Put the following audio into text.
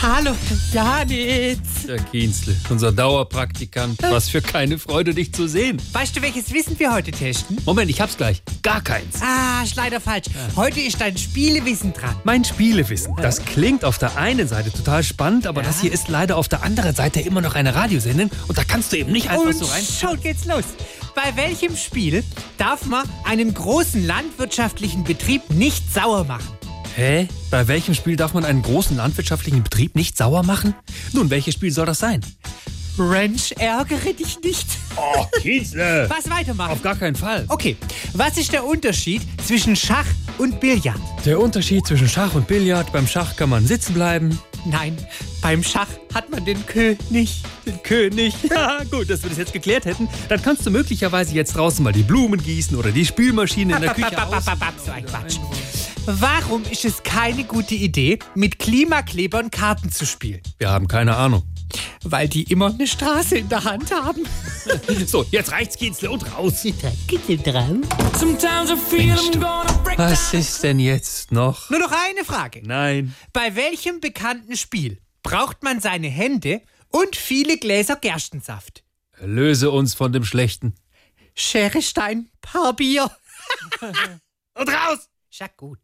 Hallo, Janitz. Der Kienzle, unser Dauerpraktikant. Was für keine Freude, dich zu sehen. Weißt du, welches Wissen wir heute testen? Moment, ich hab's gleich. Gar keins. Ah, ist leider falsch. Heute ist dein Spielewissen dran. Mein Spielewissen. Das klingt auf der einen Seite total spannend, aber das hier ist leider auf der anderen Seite immer noch eine Radiosendung und da kannst du eben nicht einfach Und so rein. schon geht's los. Also Bei welchem Spiel darf man einen großen landwirtschaftlichen Betrieb nicht sauer machen? Hä? Bei welchem Spiel darf man einen großen landwirtschaftlichen Betrieb nicht sauer machen? Nun, welches Spiel soll das sein? Ranch, ärgere dich nicht. Oh, Kienzle! Was Oh. weitermachen? Auf gar keinen Fall. Okay, was ist der Unterschied zwischen Schach und Billard? Der Unterschied zwischen Schach und Billard. Beim Schach kann man sitzen bleiben. Nein, beim Schach hat man den König. Den König. Ja, gut, dass wir das jetzt geklärt hätten. Dann kannst du möglicherweise jetzt draußen mal die Blumen gießen oder die Spülmaschine in der Küche Bap, bap, aus. bap, bap, so ein Quatsch. Warum ist es keine gute Idee, mit Klimaklebern Karten zu spielen? Wir haben keine Ahnung. Weil die immer eine Straße in der Hand haben. So, jetzt reicht's, Kienzle, und raus. Sometimes I feel Mensch, du. I'm gonna break Was ist denn jetzt noch? Nur noch eine Frage. Nein. Bei welchem bekannten Spiel braucht man seine Hände und viele Gläser Gerstensaft? Erlöse uns von dem Schlechten. Schere, Stein, Paar Bier. Und raus! Ist ja gut.